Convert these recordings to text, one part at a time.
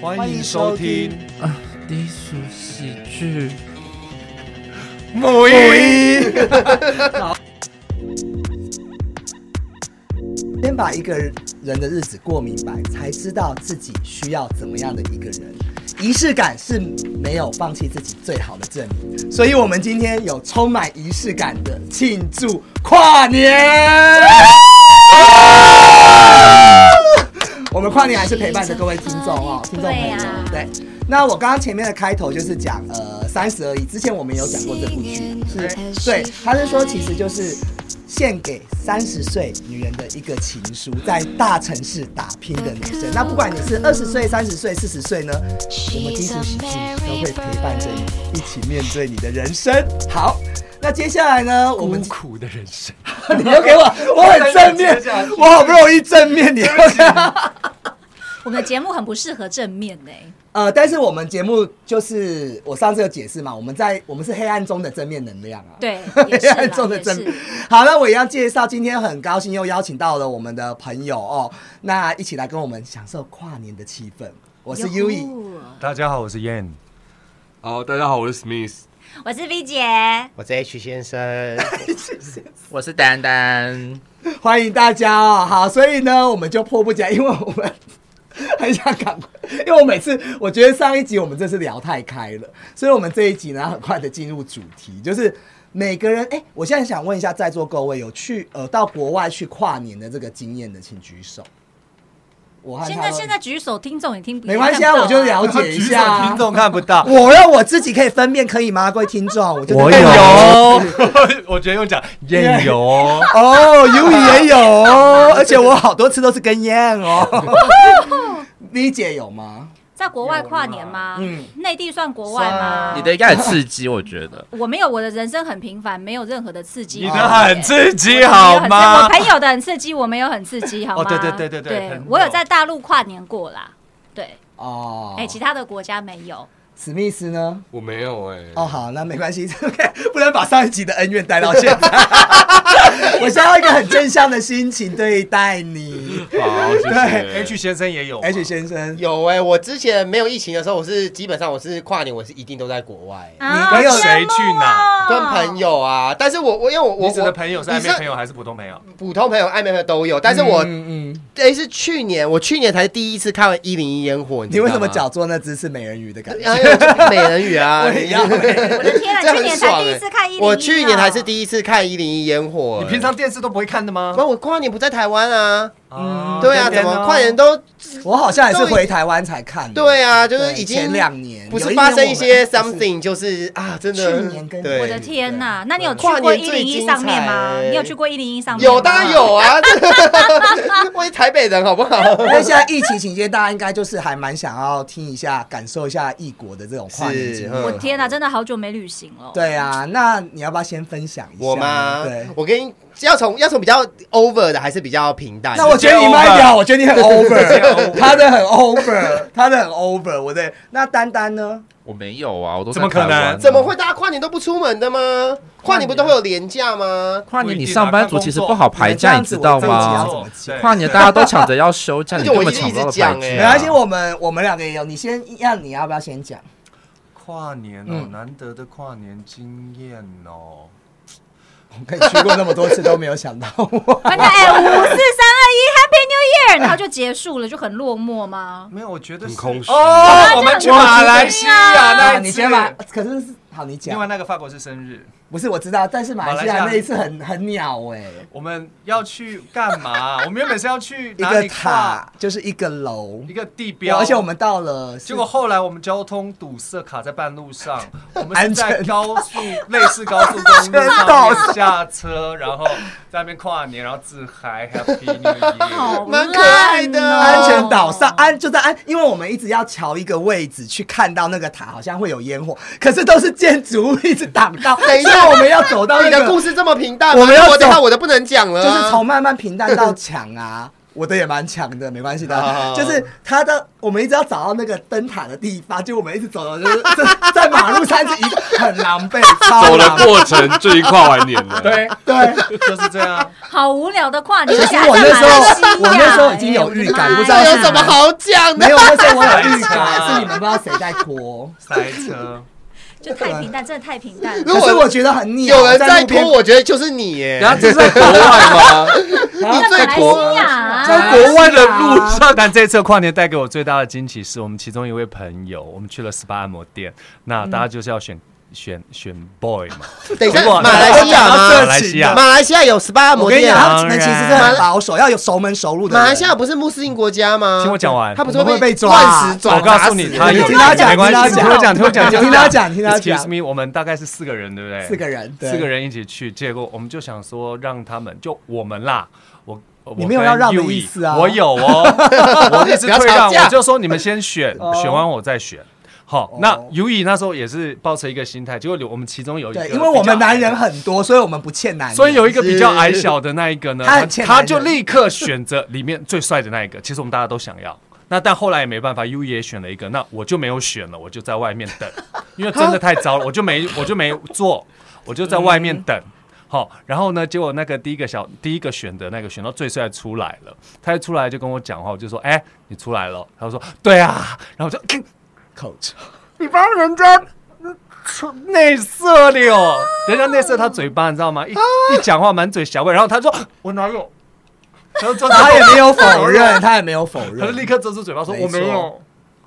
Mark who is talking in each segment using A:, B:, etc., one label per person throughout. A: 欢迎收听
B: 啊，低俗喜剧。
A: 木一。
C: 先把一个人的日子过明白，才知道自己需要怎么样的一个人。仪式感是没有放弃自己最好的证明，所以我们今天有充满仪式感的庆祝跨年。我们跨年还是陪伴着各位听众哦，听众朋友
D: 对啊。
C: 对，那我刚刚前面的开头就是讲呃三十而已，之前我们有讲过这部剧，是对，他是说其实就是献给三十岁女人的一个情书，在大城市打拼的女生。那不管你是二十岁、三十岁、四十岁呢，我们低俗喜剧都会陪伴着你，一起面对你的人生。好，那接下来呢，我 们
A: 苦的人生，
C: 你又给我，我很正 面，我好不容易正面，你又给我
D: 我们的节目很不适合正面呢、
C: 呃，但是我们节目就是我上次有解释嘛，我们在我们是黑暗中的正面能量啊，
D: 对也是
C: 黑
D: 啦
C: 暗中的正
D: 也
C: 面
D: 是。
C: 好，那我也要介绍，今天很高兴又邀请到了我们的朋友哦，那一起来跟我们享受跨年的气氛。我是 U E，
A: 大家好，我是 Yan。
E: 好，大家好，我是 Smith。
D: 我是 V 姐，
F: 我是 H 先生，
B: 我是丹丹，
C: 欢迎大家哦。好，所以呢，我们就迫不及待，因为我们很想赶快，因为我每次我觉得上一集我们真是聊太开了，所以我们这一集呢，很快的进入主题，就是每个人，哎、我现在想问一下在座各位有去呃到国外去跨年的这个经验的，请举手。我和
D: 现
C: 他
D: 在
C: 们
D: 现在举手，听众也听不
C: 没关系啊，我就了解一下 啊、
A: 听众看不到，
C: 我让我自己可以分辨，可以吗？各位听众，我就
A: 我有， 我觉得用讲 Yan 有，
C: 哦，尤宇也有哦，而且我好多次都是跟燕 哦。V 姐有吗？
D: 在国外跨年吗？
C: 嗯
D: 内地算国外吗？
B: 你的应该很刺激，我觉得。
D: 我没有，我的人生很平凡，没有任何的刺激。
A: 你的很刺
D: 我
A: 激
D: 的
A: 好
D: 很
A: 吗
D: 我？朋友的很刺激，我没有很刺激，好吗？
A: 哦对对对对对朋友
D: 我有在大陆跨年过啦。对，
C: 哦，
D: 哎、其他的国家没有。
C: 史密斯呢？
E: 我没有哎、
A: 欸
C: 哦，好，那没关系 ，OK，不能把上一集的恩怨带到现在。 我现在用一个很正向的心情对待 你
E: 好，谢谢。
A: H 先生也有吗
C: ，H 先生。
F: 有哎、我之前没有疫情的时候，我是基本上我是跨年，我是一定都在国外、
D: 啊
C: 跟
D: 好羡
A: 谁
D: 慕
A: 去哪
D: 哦
F: 跟朋友啊。但是我我因为我我
A: 你指的朋友是
F: 我
A: 暧
F: 你
A: 昧朋友还是普通朋友？
F: 普通朋友、暧昧朋友都有。但是我
C: 嗯嗯，
F: 哎、是去年，我去年才第一次看完一零一烟火。
C: 你为什么
F: 讲？
C: 脚做那只是美人鱼的感觉？
F: 哎呀，就美人鱼啊！
C: 我也要美
D: 我的天啊！
F: 这
D: 去
F: 很
D: 年
F: 爽
D: 才
F: 哎、
D: 第一次看一零啊一，
F: 我去年才是第一次看一零一烟火、
A: 你平常电视都不会看的吗
F: 哎？那我跨年不在台湾啊？
A: 啊
F: 对啊，
A: 天
F: 怎
A: 天
F: 么
A: 哦
F: 跨年都
C: 我好像也是回台湾才看的。
F: 对啊？就是
C: 对
F: 已经
C: 前两年
F: 不
C: 有
F: 是
C: 一
F: 发
C: 年
F: 生
C: 我
F: 一
C: 们哎
F: 些
C: 不 是
F: something，就是啊，真的，
C: 去年跟
F: 对
D: 我的天呐！那你有去
F: 跨
D: 过
F: 年
D: 一零
F: 最
D: 一
F: 精
D: 上面吗？
F: 彩欸
D: 你有去过一零一上面吗？
F: 有当然有啊， 我是台北人好不好？
C: 因为现在疫情期间，大家应该就是还蛮想要听一下、感受一下异国的这种跨年经
F: 是
C: 历。
F: 嗯
D: 我天呐，真的好久没旅行了。
C: 对啊，那你要不要先分享一下？
F: 我吗
C: 对？。
F: 我跟你要从要从比较 over 的还是比较平淡的？
C: 那我觉得你慢一点，
A: over
C: 我觉得你很 over，他的很 over，他的很 over。我的那丹丹呢？
B: 我没有啊，我都在
A: 怎么可能
B: 台湾啊
F: 怎么会？大家跨年都不出门的吗？跨年不都会有年假吗？
B: 跨年你上班族其实不好排假，你知道
C: 这样子我
B: 吗
C: 这？
A: 我自己要怎么
B: 跨年大家都抢着要休假，
F: 而
B: 你
F: 且
B: 根
F: 我
B: 本
F: 一直
B: 抢不到
F: 一直讲
B: 排
F: 哎
C: 没
B: 假。
C: 关系，我们我们两个也有。你先，要你要不要先讲？
A: 跨年哦，
C: 嗯
A: 难得的跨年经验哦。
C: 我跟你去过那么多次都没有想到我。
D: 反正哎，五四三二一，Happy New Year，然后就结束了，就很落寞吗？
A: 没有，我觉得
E: 很
A: 是
E: 空虚
A: 哦，我们去马来西亚那
C: 啊，
A: 一
C: 你
A: 次
C: 先吧。可是是好，你
A: 另
C: 讲
A: 外。那个法国是生日，
C: 不是我知道，但是马来西亚
A: 马来西亚
C: 那一次很很鸟哎、
A: 我们要去干嘛？我们原本是要去
C: 一
A: 哪
C: 个
A: 里跨
C: 塔就是一个楼
A: 一，个地标，
C: 而且我们到了是，
A: 结果后来我们交通堵塞，卡在半路上，我们是
C: 安全
A: 在高速类似高速公路上面下车，然后在那边跨年，然后自嗨 Happy New Year。
D: 好
F: 蛮可爱的
D: 烂哦
C: 安全岛上安就在安，因为我们一直要瞧一个位置去看到那个塔，好像会有烟火，可是都是建筑物一直挡到，
F: 等一下
C: 所以我们要走到
F: 你
C: 那
F: 的故
C: 个。
F: 事这么平淡吗，
C: 我们要
F: 我等
C: 走
F: 下我的不能讲了
C: 就
F: 啊，
C: 是从慢慢平淡到强啊，我的也蛮强的，没关系
F: 好
C: 的。
F: 好好
C: 就是他的，我们一直要找到那个灯塔的地方，就我们一直走走，就是在在马路上是一个很狼狈，超
E: 走的
C: 狼狈。
E: 过程就已经跨完年了。，
A: 对，
C: 对，
A: 就是这样。
D: 好无聊的跨年。
F: 哎
C: 其实我那时候，我那时候已经有预
D: 哎
C: 感，不知道
F: 这
C: 是
F: 有什么好讲的
C: 没？有，那时候我有预感，是你们不知道谁在拖。
A: 塞车，
D: 就太平淡，真的太平淡了。
F: 如
C: 可
F: 果
C: 是我觉得很腻啊，
F: 有人
C: 在
F: 在
C: 路边
F: 拖，我觉得就是你耶。
E: 然后这是在国
D: 那马来西
E: 外吗？
D: 亚啊，
E: 在国外的路上，
A: 啊但这次跨年带给我最大的惊喜是我们其中一位朋友，我们去了 SPA 按摩店，那大家就是要选选选 boy 嘛，
F: 等一下，
A: 如果
F: 马来西亚
A: 马
F: 吗？
A: 来西亚
F: 马来西亚有 SPA 按
C: 我
F: 摩
C: 跟你
F: 店
C: 讲，
F: 啊。
C: 他们其实是很保守，要有熟门熟路的人。
F: 马来西亚不是穆斯林国家吗？
A: 听我讲完
F: 他不是
C: 我们会被抓
F: 乱石爪
A: 我告
F: 砸
A: 诉
F: 死
A: 你，
F: 人
A: 他有
C: 你听他讲
A: 没关系，
C: 你
A: 听
C: 听
A: 我
C: 他
A: 讲，
C: 讲
A: 听我讲，
C: 你听他讲你听他讲
A: Excuse me，我们大概是四个人，对不对？
C: 四个人，对
A: 四个人一起去，结果我们就想说让他们就我们啦，我。我
C: 你没有要让的意
A: 跟 Yui，
C: 思啊
A: 我有哦， 我一直
F: 不要
A: 退让，
F: 吵架
A: 我就说你们先选
C: 哦，
A: 选完我再选。好
C: 哦，
A: 那尤以那时候也是抱持一个心态，结果我们其中有一个
C: 对，
A: 比较矮的，
C: 因为我们男人很多，所以我们不欠男人。
A: 所以有一个比较矮小的那一个呢，
C: 是他
A: 他
C: 很欠
A: 就
C: 男人
A: 立刻选择里面最帅的那一个。 其实我们大家都想要，那但后来也没办法，U E 也选了一个，那我就没有选了，我就在外面等， 因为真的太糟了，我就没 我就没做，我就在外面 等。
C: 嗯
A: 好，然后呢？结果那个第一个小第一个选的那个选到最帅出来了，他一出来就跟我讲话，我就说：“哎、你出来了。”他就说：“对啊。”然后我就嗯
C: coach，
A: 你帮人家嗯出内射的哦，人家内射他嘴巴，你知道吗？一一讲话满嘴小味，然后他说我哪有，然后
C: 他
A: 他
C: 也没有否认，他也没有否
A: 他就
C: 认
A: 立。刻遮住嘴巴说
C: 没
A: 我
C: 错
A: 没有。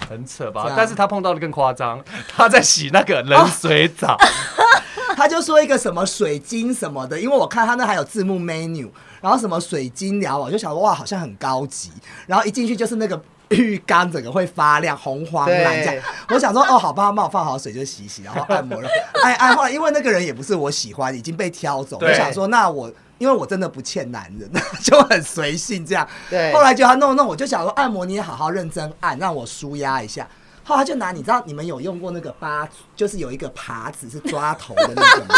A: 很扯吧
C: 对啊？
A: 但是他碰到的更夸张，他在洗那个冷水 澡，
C: 他就说一个什么水晶什么的，因为我看他那还有字幕 menu，然后什么水晶疗，我就想说哇，好像很高级。然后一进去就是那个浴缸，整个会发亮，红黄蓝这
F: 对
C: 样。我想说哦，好吧，帮我放好水就洗一洗，然后按摩了，按按。后来因为那个人也不是我喜欢，已经被挑走，我
A: 对
C: 想说那我。因为我真的不欠男人， 就很随性这样。
F: 对
C: 后来就他弄一弄，我就想说按摩你也好好认真按，让我舒压一下。后来他就拿你知道你们有用过那个八，就是有一个耙子是抓头的那个吗？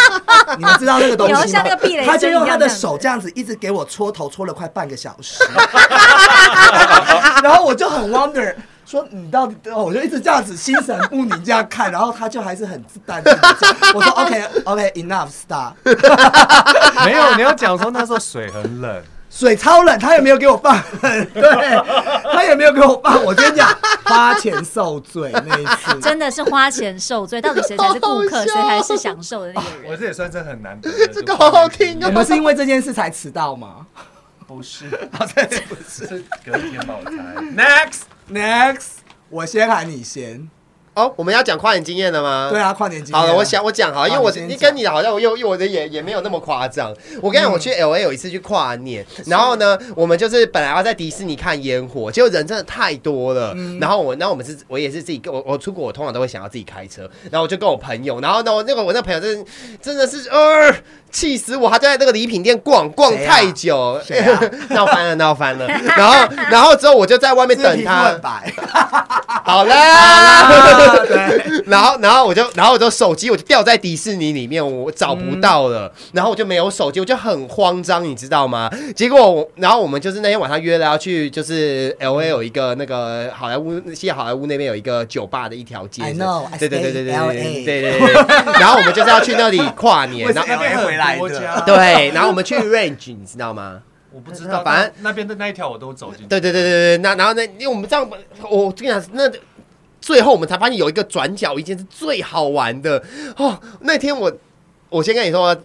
C: 你们知道那个东西吗？
D: 有像那个避雷针一样
C: 他就用他的
D: 这样子
C: 手这样子一直给我搓头，搓了快半个小时。然后我就很 wonder 说你到底，哦我就一直这样子心神不宁这样看，然后他就还是很自淡定的这样。我说 OK OK enough star，
A: 没有你要讲说那时候水很冷，
C: 水超冷，他也没有给我放， 对他也没有给我放。我跟你讲，花钱受罪那一次，
D: 真的是花钱受罪，到底谁才是顾 客，谁才是享受的那个人？
A: 我这也算是很难得，这
F: 个好好听 啊
C: 我们是因为这件事才迟到吗
A: 不是，不是，是隔天吧我猜。Next，
C: ？Next，我先喊你先。
F: 哦，我们要讲跨年经验了吗？
C: 对。啊，跨年经验啊
F: 好了，我想我讲好了，因为
C: 好
F: 我
C: 你先
F: 你
C: 讲
F: 跟你好像我又又我的也也没有那么夸张。我跟你讲，我去 L A 有一次去跨年，
C: 嗯
F: 然后呢，我们就是本来要在迪士尼看烟火，结果人真的太多了。
C: 嗯
F: 然后我，那我们是我也是自己跟我我出国，我通常都会想要自己开车，然后我就跟我朋友，然后呢，我那个我那朋友真的真的是呃气死我，他就在那个礼品店逛逛
C: 谁啊
F: 太久
C: 谁啊，
F: 闹翻了闹翻了。然后然后之后我就在外面
C: 这个
F: 等
C: 皮肤
F: 他
C: 很，白，
F: 好啦。
C: 对，
F: 然后，然后我就，然后我就手机我就掉在迪士尼里面，我找不到了，然后我就没有手机，我就很慌张，你知道吗？结果我，然后我们就是那天晚上约了要去，就是 L A 有一个那个好莱坞，西好莱坞那边有一个酒吧的一条街
C: I know, I
F: 对对对对对
C: stay in
F: 对
C: LA
F: 对对对，然后我们就是要去那里跨 年，
C: 为
F: 然
C: 什么
F: 后
C: 要被回来
A: 我家
C: 的？
F: 对，然后我们去 Range，你知道吗？
A: 我不知道，
F: 反正
A: 那边的那一条我都走进去。
F: 对对对对对，那然后呢，因为我们这样，我跟你讲，那最后我们才发现有一个转角一件是最好玩的哦。那天我我先跟你说，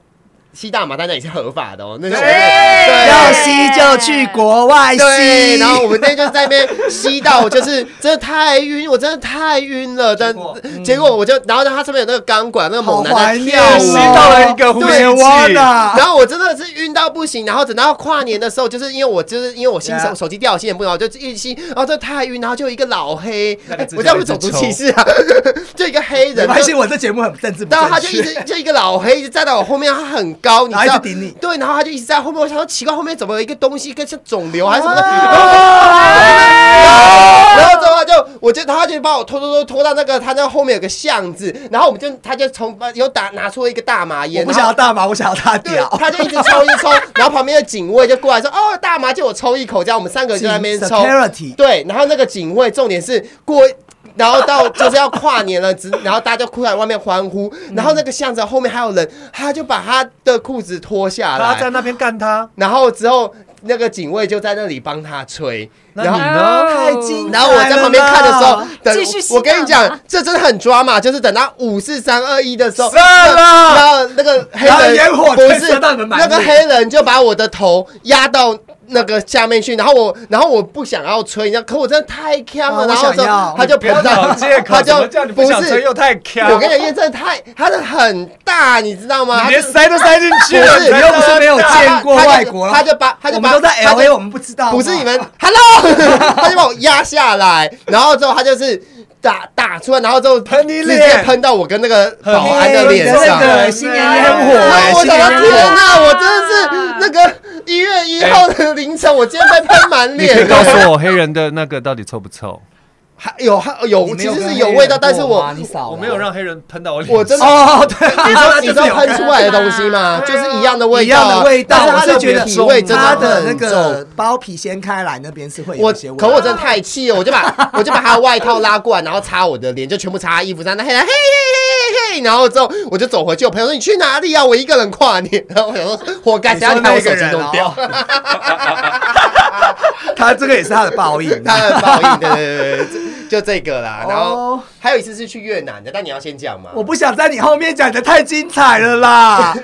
F: 吸大麻在那里是合法的哦，那是
C: 要
F: 对。
C: 吸就去国外吸
F: 对，，然后我们那天就在那边吸到，就是真的太晕，我真的太晕了。但
A: 结果
F: 结果我就，然后它上面有那个钢管，那个
C: 好
F: 猛男
C: 怀
F: 在
C: 念
F: 跳
C: 哦，
F: 舞，
A: 吸到了一个呼吸器
C: 对我 的
F: 然后我真的是晕到不行，然后等到跨年的时候，就是因为我就是因为我新手
C: Yeah.
F: 手机掉，心也不好，就一吸，然后这太晕，然后就有一个老黑，
A: 那个
F: 哎
A: 指甲
F: 我这样
A: 一
F: 不
A: 直
F: 种族
A: 抽
F: 歧视啊， 就一个黑
C: 没
F: 人，
C: 关系，
F: 就
C: 我这节目很政治不
F: 然后他
C: 正
F: 就一 直
C: 确，
F: 就一个老黑一直站在我后面，他很高，你
C: 然后
F: 知
C: 一直
F: 道。
C: 顶你。
F: 对，然后他就一直在后面，我想说奇怪，后面 怎么有一个东西跟像肿瘤还是什么的，
C: 啊
F: 然后然后之后他就我就他就把我拖拖拖拖到那个他那后面有个巷子，然后我们就他就从又打拿出了一个大麻烟，
C: 我不
F: 然后
C: 想要大麻，我想要大
F: 对
C: 屌，。
F: 他就一直抽一 直抽，然后旁边的警卫就过来说：“哦，大麻借我抽一口。”这样我们三个就在那边抽。
C: Security
F: 对，然后那个警卫重点是过。然后到就是要跨年了，只然后大家就突然外面欢呼，
A: 嗯
F: 然后那个巷子后面还有人，他就把他的裤子脱下
A: 他在
F: 来，
A: 那边干他，
F: 然后之后那个警卫就在那里帮他吹，
A: 那
F: 然后
A: 你 呢？
C: 太精
D: 哦
C: 彩了啦
F: 然后我在旁边看的时候，等
D: 继续吸
F: 我跟你
D: 大麻
F: 讲，这真的很抓嘛，就是等到五四三二一的时候，
A: 射了
F: 然后那个黑
C: 然后
F: 人
C: 烟火
F: 不
C: 推
F: 是
C: 射到你们满
F: 那个
C: 脸
F: 黑人就把我的头压到。那个下面去，然后我，然后我不想要吹，你知道，可我真的太呛了，
C: 啊
F: 然后
C: 我想要
F: 他就
A: 不要
F: 膨胀
A: 找借口，
F: 他
A: 怎么
F: 就
A: 叫你
F: 不
A: 不想吹
F: 是
A: 又，太强，
F: 我跟你讲，因为真的太，他的很大，你知道吗？
A: 你
F: 他
A: 连
F: 就
A: 塞都塞进去
F: 不
A: 了，
F: 是
A: 你
C: 又不是没有
A: 他
C: 见过
F: 他就
C: 外国了
F: 他就把，他就
C: 我
F: 把，
C: 们都在
F: 他就
C: LA，我们不知道吗。
F: 不是 你们，Hello，他 就把我压下来，然后之后他就是打打出来，然后之后
A: 喷你
F: 直
A: 脸
F: 接喷到我跟那个
A: 很
F: 保安的哦脸
C: 哎真
F: 上。
C: 的新年烟火
F: 然
C: 哎，
F: 后我
C: 新
F: 的
C: 年烟
F: 天
C: 火。
F: 哪！我真的是那个一月一号的凌晨，我今天被喷满
A: 你可以
F: 脸。
A: 告诉我黑人的那个到底臭不臭？
F: 还有还有，
C: 你
F: 其
C: 没跟
F: 实是
C: 黑
F: 有
C: 人
F: 味道，但是
C: 过
F: 我
C: 吗你少
A: 我
C: 来
A: 没有让黑人喷到啊我脸，
F: 我真的，
C: 哦，对，
F: 你
C: 你
F: 知道你
C: 就是
F: 知道
C: 有
F: 喷出来的东西吗？
A: 对
F: 就
A: 啊
F: 是一样 的味道，
C: 一样的味道，
F: 但
C: 我
F: 它的
C: 是觉得
F: 体味真
C: 它
F: 的
C: 的
F: 很
C: 那个
F: 重。
C: 包皮掀开来那边是会有
F: 我
C: 一些味
F: 可
C: 道。
F: 我真的太气了，我就把 我就把他的外套拉过来，然后擦我的脸，就全部擦他衣服上。那黑人嘿嘿嘿嘿，然后之后我就走回去，我朋友说你去哪里啊？我一个人跨年， 然后我想说活该，
C: 你
F: 谁要
C: 说
F: 你把我
C: 那
F: 手
C: 个
F: 机
C: 人
F: 弄掉？
C: 哦， 他这个也是他的报应
F: 他
C: 啊。
F: 很报 应，对对对对对，就这个啦。然后
C: 哦
F: 还有一次是去越南的，但你要先讲嘛。
C: 我不想在你后面讲的太精彩了 啦，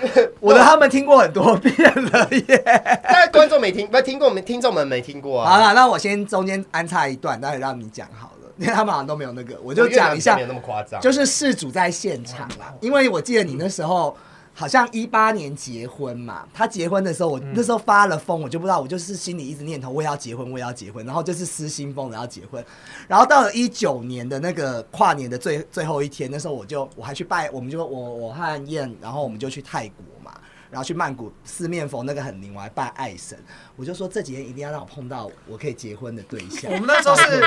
C: 我的他们听过很多遍了耶。
F: 但观众没听，不听过我们听众们没听过
C: 好
F: 啊。
C: 了，那我先中间安插一段，待会让你讲好了，因为他们好像都没有那个，我
F: 我
C: 就讲一下
F: 越南比较没有那么夸张，
C: 就是事主在现场啦，
A: 嗯
C: 因为我记得你那时候好像一八年结婚嘛，他结婚的时候，我
A: 嗯
C: 那时候发了疯，我就不知道，我就是心里一直念头我也要结婚，我也要结婚，然后就是失心疯的要结婚，然后到了一九年的那个跨年的最最后一天，那时候我就我还去拜，我们就我我和燕，然后我们就去泰国嘛。然后去曼谷四面佛那个很灵，我还拜爱神，我就说这几天一定要让我碰到我可以结婚的对象。
A: 我们那时候 是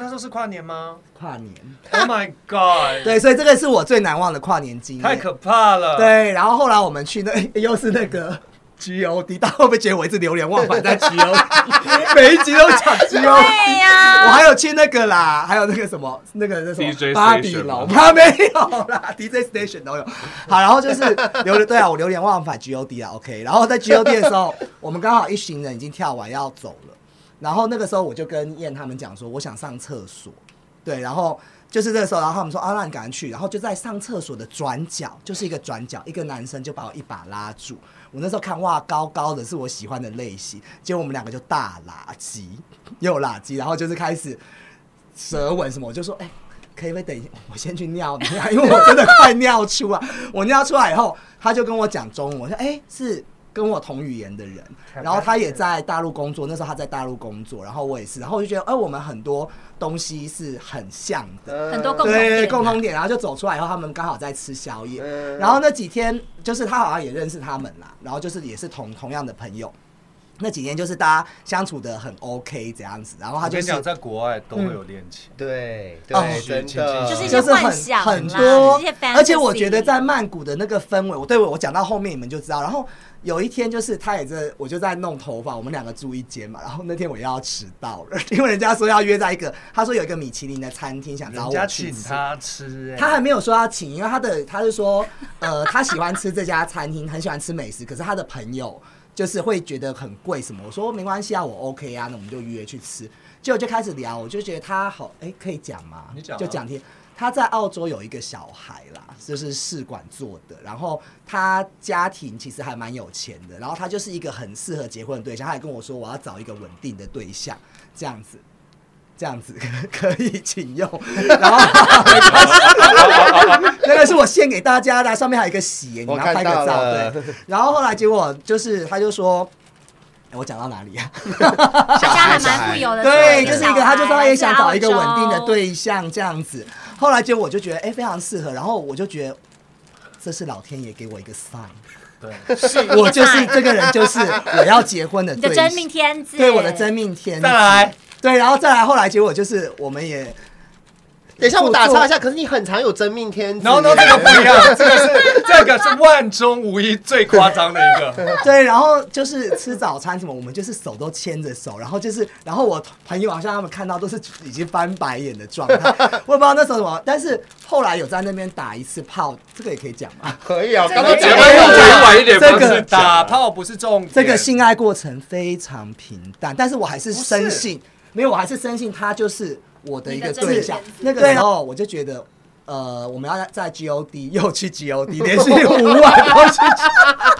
A: 那时候是跨年吗
C: 跨年，
A: ？Oh my god！
C: 对，所以这个是我最难忘的跨年经验。
A: 太可怕了。，
C: 对，然后后来我们去那 又是那个 GOD，大家会不会觉得我一直流连忘返在 GOD？每一 集都讲 GOD。
D: 对呀、
C: 我还有去那个啦，还有那个什么，那个那什么
E: DJ
C: 芭比
E: station
C: 楼
E: 吗
C: 吗？没有啦，DJ station 都有。好，然后就是流连对啊，我流连忘返 GOD 啊，OK。然后在 GOD 的时候，我们刚好一行人已经跳完要走了，然后那个时候我就跟燕他们讲说，我想上厕所。对，然后就是这个时候，然后他们说啊，那你赶快去，然后就在上厕所的转角，就是一个转角，一个男生就把我一把拉住。我那时候看哇，高高的是我喜欢的类型，结果我们两个就大垃圾，又垃圾，然后就是开始舌吻什么，我就说哎。可以不可以等一下？我先去尿一下，因为我真的快尿出来。我尿出来以后，他就跟我讲中文，我说：“哎、是跟我同语言的人。”然后他也在大陆工作，那时候他在大陆工作，然后我也是，然后我就觉得，哎、我们很多东西是很像的，
F: 嗯
D: 很多
A: 呃
D: 共同
C: 对，
D: 点
C: 共同点。然后就走出来以后，他们刚好在吃宵夜，
A: 呃
F: 嗯
C: 然后那几天就是他好像也认识他们啦，然后就是也是同同样的朋友。那几天就是大家相处的很 OK 这样子，然后他
A: 我
C: 就
A: 跟你
C: 是
A: 讲，在国外都会有恋情。
F: 对
C: 哦
F: 对，真的
A: 就是一
D: 些
C: 就是
D: 幻
C: 很
D: 想啦
C: 很多
D: 一些 fantasy
C: 而且我觉得在曼谷的那个氛围，我对我我讲到后面你们就知道。然后有一天就是他也在，我就在弄头发，我们两个住一间嘛。然后那天我又要迟到了， 因为人家说要约在一个，他说有一个米其林的餐厅想嗯找
A: 人
C: 我
A: 家
C: 去
A: 请
C: 吃
A: 他吃、哎
C: 他还没有说要请，因为他的他是说， 呃，他喜欢吃这家餐厅，很喜欢吃美食，可是他的朋友就是会觉得很贵什么。我说没关系啊，我 OK 啊，那我们就约去吃。结果就开始聊，我就觉得他好，哎、可以讲吗？
A: 你讲啊
C: 就讲天。他在澳洲有一个小孩啦，就是试管做的，然后他家庭其实还蛮有钱的，然后他就是一个很适合结婚的对象，他还跟我说我要找一个稳定的对象，这样子，这样子 可以请用， 然后那个是我献给大家的，上面还有一个喜耶，你
F: 我
C: 们要拍
F: 看
C: 个
F: 到
C: 照，
F: 了
C: 对，然后后来结果就是他就说。哎我讲到哪里 啊？
D: 他家还蛮富有的，
C: 对，就是一个，他就说
D: 说
C: 他也想找一个稳定的。对象这样子。后来结果我就觉得，哎、非常适合。然后我就觉得，这是老天爷给我一个 sign，
A: 对，
C: 我就是这个人，就是我要结婚的
D: 你
C: 对
D: 的
C: 象
D: 真命天子，
C: 对我的真命天子。
A: 再来，
C: 对，然后再来后来结果就是我们也
F: 等一下，我打岔一下，可是你很常有真命天子。
A: 然后呢，这个不一样，这个是这个是万中无一最夸张的一个。
C: 对，然后就是吃早餐什么，我们就是手都牵着手，然后就是，然后我朋友好像他们看到都是已经翻白眼的状态，我也不知道那时候什么，但是后来有在那边打一次炮，这个也可以讲吗？
F: 可以啊，
A: 哎
D: 这
F: 刚
D: 个
F: 刚
E: 讲
F: 讲
E: 的
F: 到
E: 用委婉一点
C: 这个
E: 方式讲
A: 打炮不是重点，
C: 这个性爱过程非常平淡，但是我还哦是深信，没有，我还是深信他就是我的一个对象
D: 你的真命天子。
C: 那个时候我就觉得，呃，我们要在 GOD 又去 GOD，连续五晚都去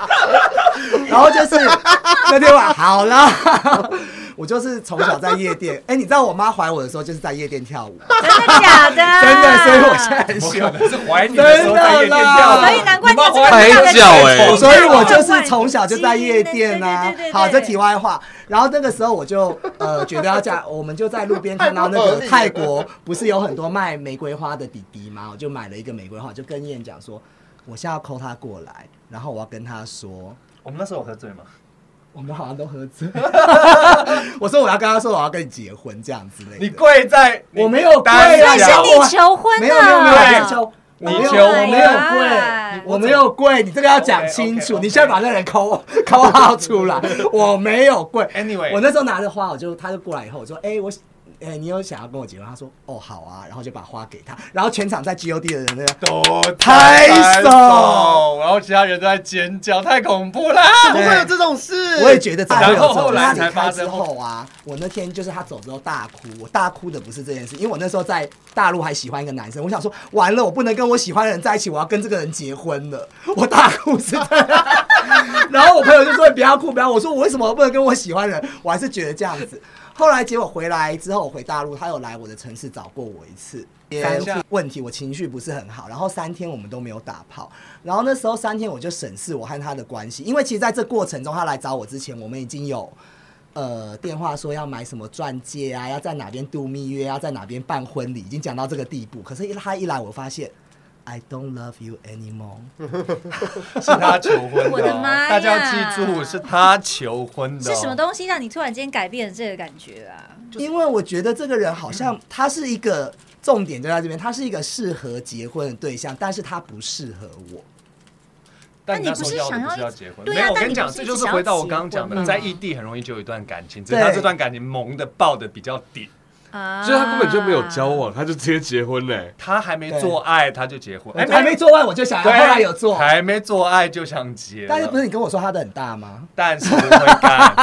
C: GOD，然后 就是那天晚好了。 我就是从小在夜店，哎、你知道我妈怀我的时候就是在夜店跳舞，
D: 真的假的？
C: 真的，所以我现在很
A: 我
C: 喜
A: 可
C: 欢。
A: 能是怀你的时候在夜店跳舞，
D: 所以难怪
A: 你妈
D: 这
A: 怀
D: 么
A: 你
D: 大的
E: 拍脚哎
D: 成就
C: 哦 所以我就是从小就在夜店啊
D: 对对对对。对
C: 好，这题外话。然后那个时候我就呃觉得要嫁，我们就在路边看到那 个泰国不是有很多卖玫瑰花的弟弟吗？我就买了一个玫瑰花，就跟燕讲说，我现在要 call 他过来，然后我要跟他说。
A: 我们那时候有喝醉吗？
C: 我们好像都喝醉， 我说我要跟他说我要跟你结婚这样之类的。
A: 你跪在，
C: 我没有跪啊
A: 单
D: 但
A: 脚
D: 是你求婚啊
C: 没有没有没有，
A: 对
C: 我求我没
A: 你
C: 有
A: 求
C: 我没有
D: 婚
C: 跪，我没有跪，你这个要讲
A: OK，OK，
C: 清楚。
A: OK
C: 你现在把那人抠抠号出 来，我没有跪。
A: Anyway
C: 我那时候拿着花，我就他就过来以后，我说：“哎，我哎，你有想要跟我结婚？”他说：“哦，好啊。”然后就把花给他，然后全场在 GOD 的人那个。
A: 都
C: 拍手
A: 然后其他人都在尖叫，太恐怖了。
F: 怎 么会有这种事？
C: 我也觉得，
A: 然后后来才发
C: 之
A: 生
C: 后啊，我那天就是他走之后大哭，我大哭的不是这件事，因为我那时候在大陆还喜欢一个男生，我想说完了，我不能跟我喜欢的人在一起，我要跟这个人结婚了，我大哭是这样。然后我朋友就说你不要哭，不要哭，我说我为什么不能跟我喜欢的人？我还是觉得这样子。后来结果回来之后，我回大陆，他有来我的城市找过我一次。
A: 三下
C: 问题，我情绪不是很好，然后三天我们都没有打炮，然后那时候三天我就审视我和他的关系，因为其实在这过程中，他来找我之前，我们已经有呃电话说要买什么钻戒啊，要在哪边度蜜月，啊要在哪边办婚礼，已经讲到这个地步。可是，一他一来，我发现 I don't love you anymore。
A: 是他求婚的哦，
D: 我的妈呀
A: 大家要记住，是他求婚的哦。
D: 是什么东西让你突然间改变了这个感觉啊？
C: 因为我觉得这个人好像他是一个重点就在这边，他是一个适合结婚的对象，但是他不适合我。
A: 但
D: 那你
A: 那时候
D: 不是
A: 要的
D: 想
A: 不
D: 要
A: 是要结婚？
D: 对啊
A: 没有，我
D: 但
A: 跟
D: 你
A: 讲，
D: 不是
A: 这
D: 一
A: 就是
D: 直想
A: 回到
D: 要
A: 我刚刚
D: 结
A: 讲
D: 婚
A: 的，
D: 吗
A: 在异地很容易就有一段感情，只是他
C: 对
A: 这段感情萌的爆的比较顶，
D: 啊，
E: 就是他根本就没有交。往，他就直接结婚嘞。
A: 他还没做爱他就结婚，哎
C: 我还没做完我就想要，
A: 对
C: 后来有做，
A: 还没做爱就想结了，
C: 但是不是你跟我说他的很大吗？
A: 但是会干，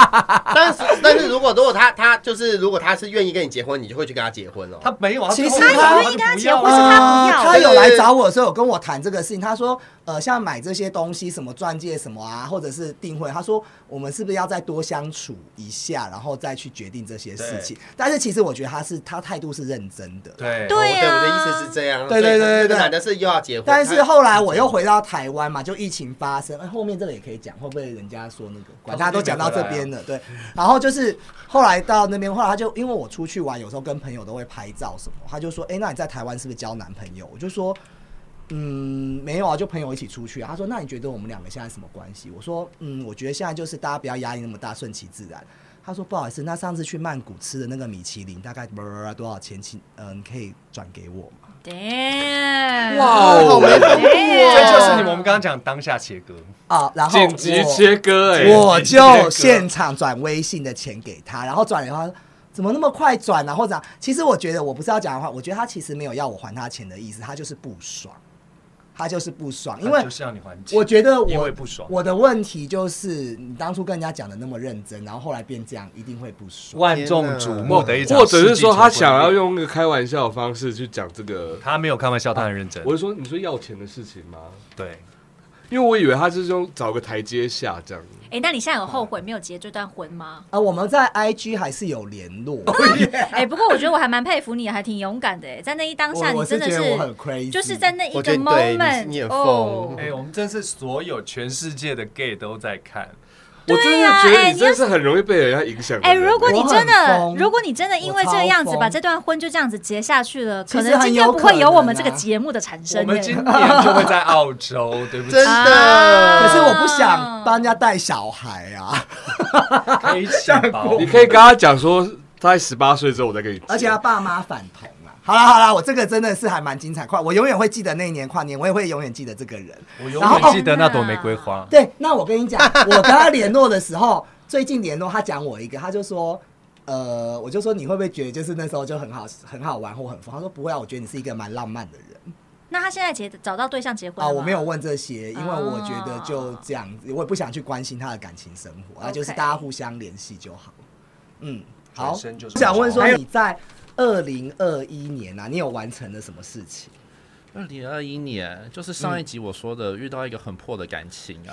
F: 但是但是如果如果他他就是如果他是愿意跟你结婚，你就会去跟他结婚哦。
A: 他没有啊，
C: 其实
A: 最后
C: 他
A: 他
D: 愿意跟他
A: 就不
D: 结
A: 要
D: 婚
A: 啊
D: 是他不要
C: 他有来找我的时候，有跟我谈这个事情。他说，呃，像买这些东西，什么钻戒什么啊，或者是订婚，他说我们是不是要再多相处一下，然后再去决定这些事情？但是其实我觉得他是他态度是认真的。
A: 对
F: 哦
D: 对啊
F: 我的意思是这样。
C: 对对对对对
F: 这个男的是又要结婚，
C: 但是后来我又回到台湾嘛，就疫情发生，哎，后面这个也可以讲，会不会人家说那个？管他都讲到这边了，对。然后就是后来到那边，后来他就因为我出去玩，有时候跟朋友都会拍照什么，他就说：“哎、那你在台湾是不是交男朋友？”我就说：“嗯，没有啊，就朋友一起出去、啊。”他说：“那你觉得我们两个现在什么关系？”我说：“嗯，我觉得现在就是大家不要压力那么大，顺其自然。”他说：“不好意思，那上次去曼谷吃的那个米其林大概多少钱？请呃，你可以转给我吗？”
D: Damn！
E: 哇哦好没
D: 风
A: 这就是你们我们刚刚讲当下切割，
C: 啊，然后
E: 紧急
C: 我
E: 切割哎，
C: 我就现场转微信的钱给他，然后转了以后他说，怎么那么快转啊？或者啊其实我觉得我不是要讲的话，我觉得他其实没有要我还他钱的意思，他就是不爽，他就是不爽，因
A: 他
C: 为
A: 就是要你还钱，
C: 我觉得
A: 因
C: 我
A: 为不爽
C: 我的问题就是你当初跟人家讲的那么认真，然后后来变这样，一定会不爽。
A: 万众瞩目的一场，
E: 或者是说他想要，用一个开玩笑的方式去讲这个。
A: 他没有开玩笑，他很认
C: 嗯
A: 真，
E: 我是说，你说要钱的事情吗？
A: 对，
E: 因为我以为他是用找个台阶下这样。
D: 哎，那你现在有后悔没有结这段婚吗？
C: 啊，我们在 IG 还是有联络，
A: 哦
D: 哎，不过我觉得我还蛮佩服你，还挺勇敢的。哎，在那一当下，
C: 我
D: 你
C: 我
D: 真
C: 是
D: 的
C: 觉得我很
D: 是
C: crazy，
D: 就是在那一
F: 我
D: 个
F: 觉得对你是
D: moment，
F: 你很疯
D: 哦
A: 哎、我们真是所有全世界的 gay 都在看，
E: 我真的
D: 啊
E: 觉
D: 哎
E: 得你
D: 你
E: 真
D: 要
E: 的是很容易被人家影响的
D: 哎、
E: 人。
D: 如果你
C: 我
D: 真
C: 很
D: 的
C: 疯，
D: 如果你真的因为这个样子
C: 我超
D: 把
C: 疯
D: 这段婚就这样子结下去了，
C: 其
D: 可
C: 实
D: 能今
C: 很
D: 天
C: 有
D: 不会
C: 可
D: 有我
C: 能
D: 们这个
C: 啊
D: 节目的产生、
A: 我
D: 哎
A: 们今年就会在澳洲，对不 起
F: 真，的
D: 啊
C: 可是我不想帮人家带小孩啊。
A: 可以一起包
E: 你可以跟他讲说，大概十八岁之后我再跟你结，
C: 而且他爸妈反同啊。好啦好啦，我这个真的是还蛮精彩，跨我永远会记得那一年跨年，我也会永远记得这个人。
A: 我永
C: 然后
A: 远记得那朵玫瑰花。
C: 对，那我跟你讲，我跟他联络的时候，最近联络他讲我一个，他就说，呃，我就说你会不会觉得就是那时候就很好很好玩或很疯？他说不会啊，我觉得你是一个蛮浪漫的人
D: 那他现在结找到对象结婚
C: 啊。
D: 了吗
C: 我没有问这些，因为我觉得就这样子，我也不想去关心他的感情生活，啊，
D: OK
C: 就是大家互相联系就好。嗯，好
A: 转，身就是
C: 想问说你在二零二一年啊，你有完成了什么事情？
B: 二零二一年就是上一集我说的，遇到一个很破的感情啊。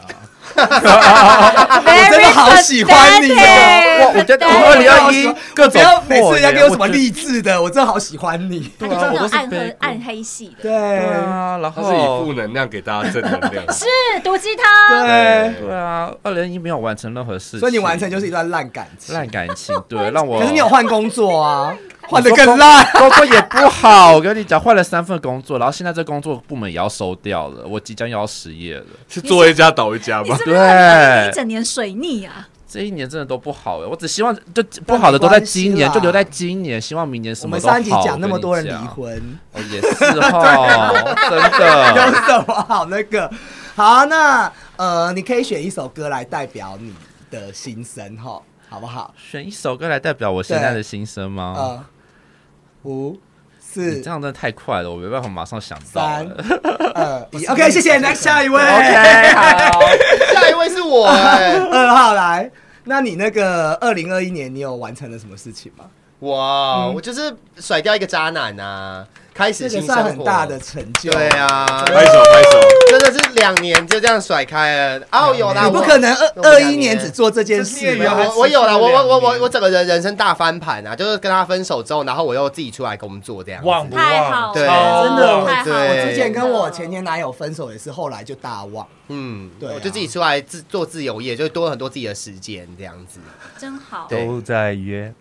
D: 我
C: 真的好喜欢你哦
B: 我我觉得我二零二一各
C: 不
B: 种
C: 要每次
B: 破
C: 人家
B: 耶
C: 给我什么
B: 觉
C: 励志的，我真的好喜欢你。
D: 他
B: 对
D: 就
B: 啊
D: 是那种
B: 我都是
D: 暗
B: 悲
D: 黑
B: 观
D: 暗黑系的，
C: 对
B: 对啊，然
E: 他是以
B: 后
E: 负能量给大家正能量。
D: 哦是毒鸡汤。
C: 对，
B: 对啊，二零一没有完成任何事情，
C: 所以你完成就是一段烂感情。
B: 烂感情，对，让我
C: 可是你有换工作啊， 换的
B: 我说
C: 更烂。
B: 工作也不好，我跟你讲，换了三份工作，然后现在这工作部门也要收掉了，我即将要失业了。
E: 是做一家倒一
F: 啊
E: 家
D: 你
E: 吧
D: 是？不是很一整年水逆啊？
B: 这一年真的都不好哎、我只希望就不好的都在
C: 没
B: 今
C: 关系
B: 年，
C: 啦
B: 就留在今年，希望明年
C: 我
B: 什么
C: 们
B: 都好。
C: 上一集讲那么多人离
B: 我跟你讲，
C: 婚，
B: 哦也是哈，真
C: 有
B: 的。
C: 什么好那个？好，那呃，你可以选一首歌来代表你的心声哈，好不好？
B: 选一首歌来代表我现在的心声吗？
C: 呃，五
B: 啊你
C: 四
B: 这样真的太快了，我没办法马上想
C: 嗯
B: 到
C: 三
B: 了。
C: 二一，OK，谢谢。Next，下一位
B: OK，好，
F: 下一位 是我、哎，
C: 二号来。那你那个二零二一年，你有完成了什么事情吗？
F: 哇，
C: 嗯
F: 我就是甩掉一个渣男啊，开始
C: 这个
F: 新
C: 算
F: 生
C: 很
F: 活，
C: 大的哎成就。
F: 对啊，
E: 拍手拍手，
F: 真的是两年就这样甩开了。哦，有啦，
C: 你不
F: 我
C: 可能啊二
F: 我
C: 二
F: 两
C: 一
F: 年
C: 年只做这件
A: 这
C: 事
A: 是孽缘
C: 吧
A: 还？
F: 我我有啦，我我我我我
A: 我
F: 整个人人生大翻盘啊，就是跟他分手之后，然后我又自己出来工作这样子。
A: 忘不
D: 太
A: 忘？
D: 好了，
F: 对
C: 真的我
D: 太好了。
F: 对
C: 我之前跟我前前男友分手也是，后来就大忘。
F: 嗯，
C: 对啊
F: 我就自己出来自做自由业，就多了很多自己的时间这样 子。
D: 真好，
F: 对
A: 都在约，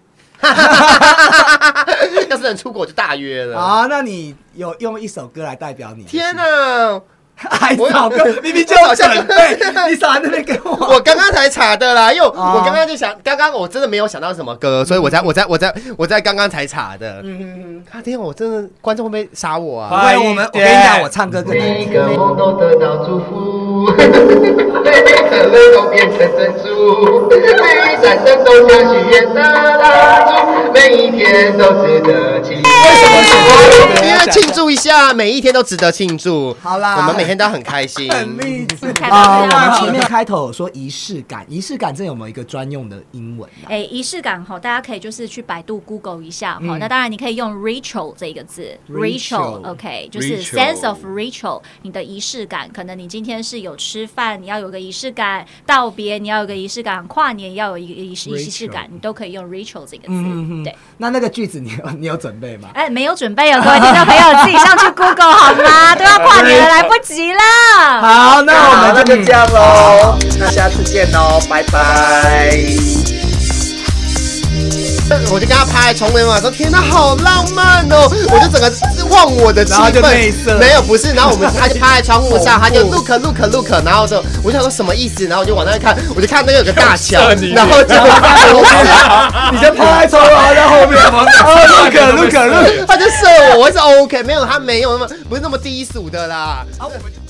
F: 要是能出国就大约了。
C: 啊，那你有用一首歌来代表你？
F: 天！啊哪！
C: 还
F: 我
C: 找歌，明明就
F: 我
C: 有
F: 好像
C: 准备，你少在那边跟我。
F: 我刚刚才查的啦，因为我
C: 啊
F: 我刚刚就想，刚刚我真的没有想到什么歌，所以我在我在我在我在刚刚才查的。
C: 嗯，
F: 啊天啊，我真的观众会不会杀 我啊？
A: 快
C: 喂，
A: 一点
C: 我们我跟你讲，我唱歌更难
G: 每
C: 听。
G: 个梦都得到祝福，每一层泪都变成珍珠，每一盏灯都像许愿的蜡烛，每一天都值得期待。为什么
F: 因为庆祝一下，每一天都值得庆祝。
C: 好啦
F: 我们每天都很开心。
C: 很励志
D: 太
C: 啊！
D: 棒
C: 我
D: 了
C: 们前面开头有说仪式感，仪式感这有没有一个专用的英文啊？
D: 哎，仪式感哈，大家可以就是去百度、Google 一下
C: 嗯
D: 哈。那当然，你可以用 ritual 这一个字
C: Ritual
D: ，ritual，OK，就是
E: Ritual
D: sense of ritual，你的仪式感。可能你今天是有吃饭，你要有个仪式感；道别，你要有个仪式感；跨年要有一个仪式
C: Ritual
D: 仪式感，你都可以用 ritual 这个
C: 嗯
D: 字。对，
C: 那那个句子你有你有准备吗？
D: 哎，没有准备哦，各位听众 朋友，自己上去 Google 好吗？都要跨年了，来不及 了。
C: 好，那我们就这样喽。
F: 那下次见喽，拜拜。我就跟他趴在床尾嘛，说天哪，好浪漫 哦！我就整个忘我的气
C: 然后就
F: 氛
C: 内射，
F: 没有不是，然后我们他就趴在 窗户上，他就 look look look，然后就我就想说什么意思，然后我就往那边看，我就看那个有个大 桥，
C: 啊
F: 然后就
C: 你就趴在床上在后面吗？哦，look look look。
F: 他就射我，我是 OK，没有他没有那么不是那么低俗的啦。
C: 好，我们就。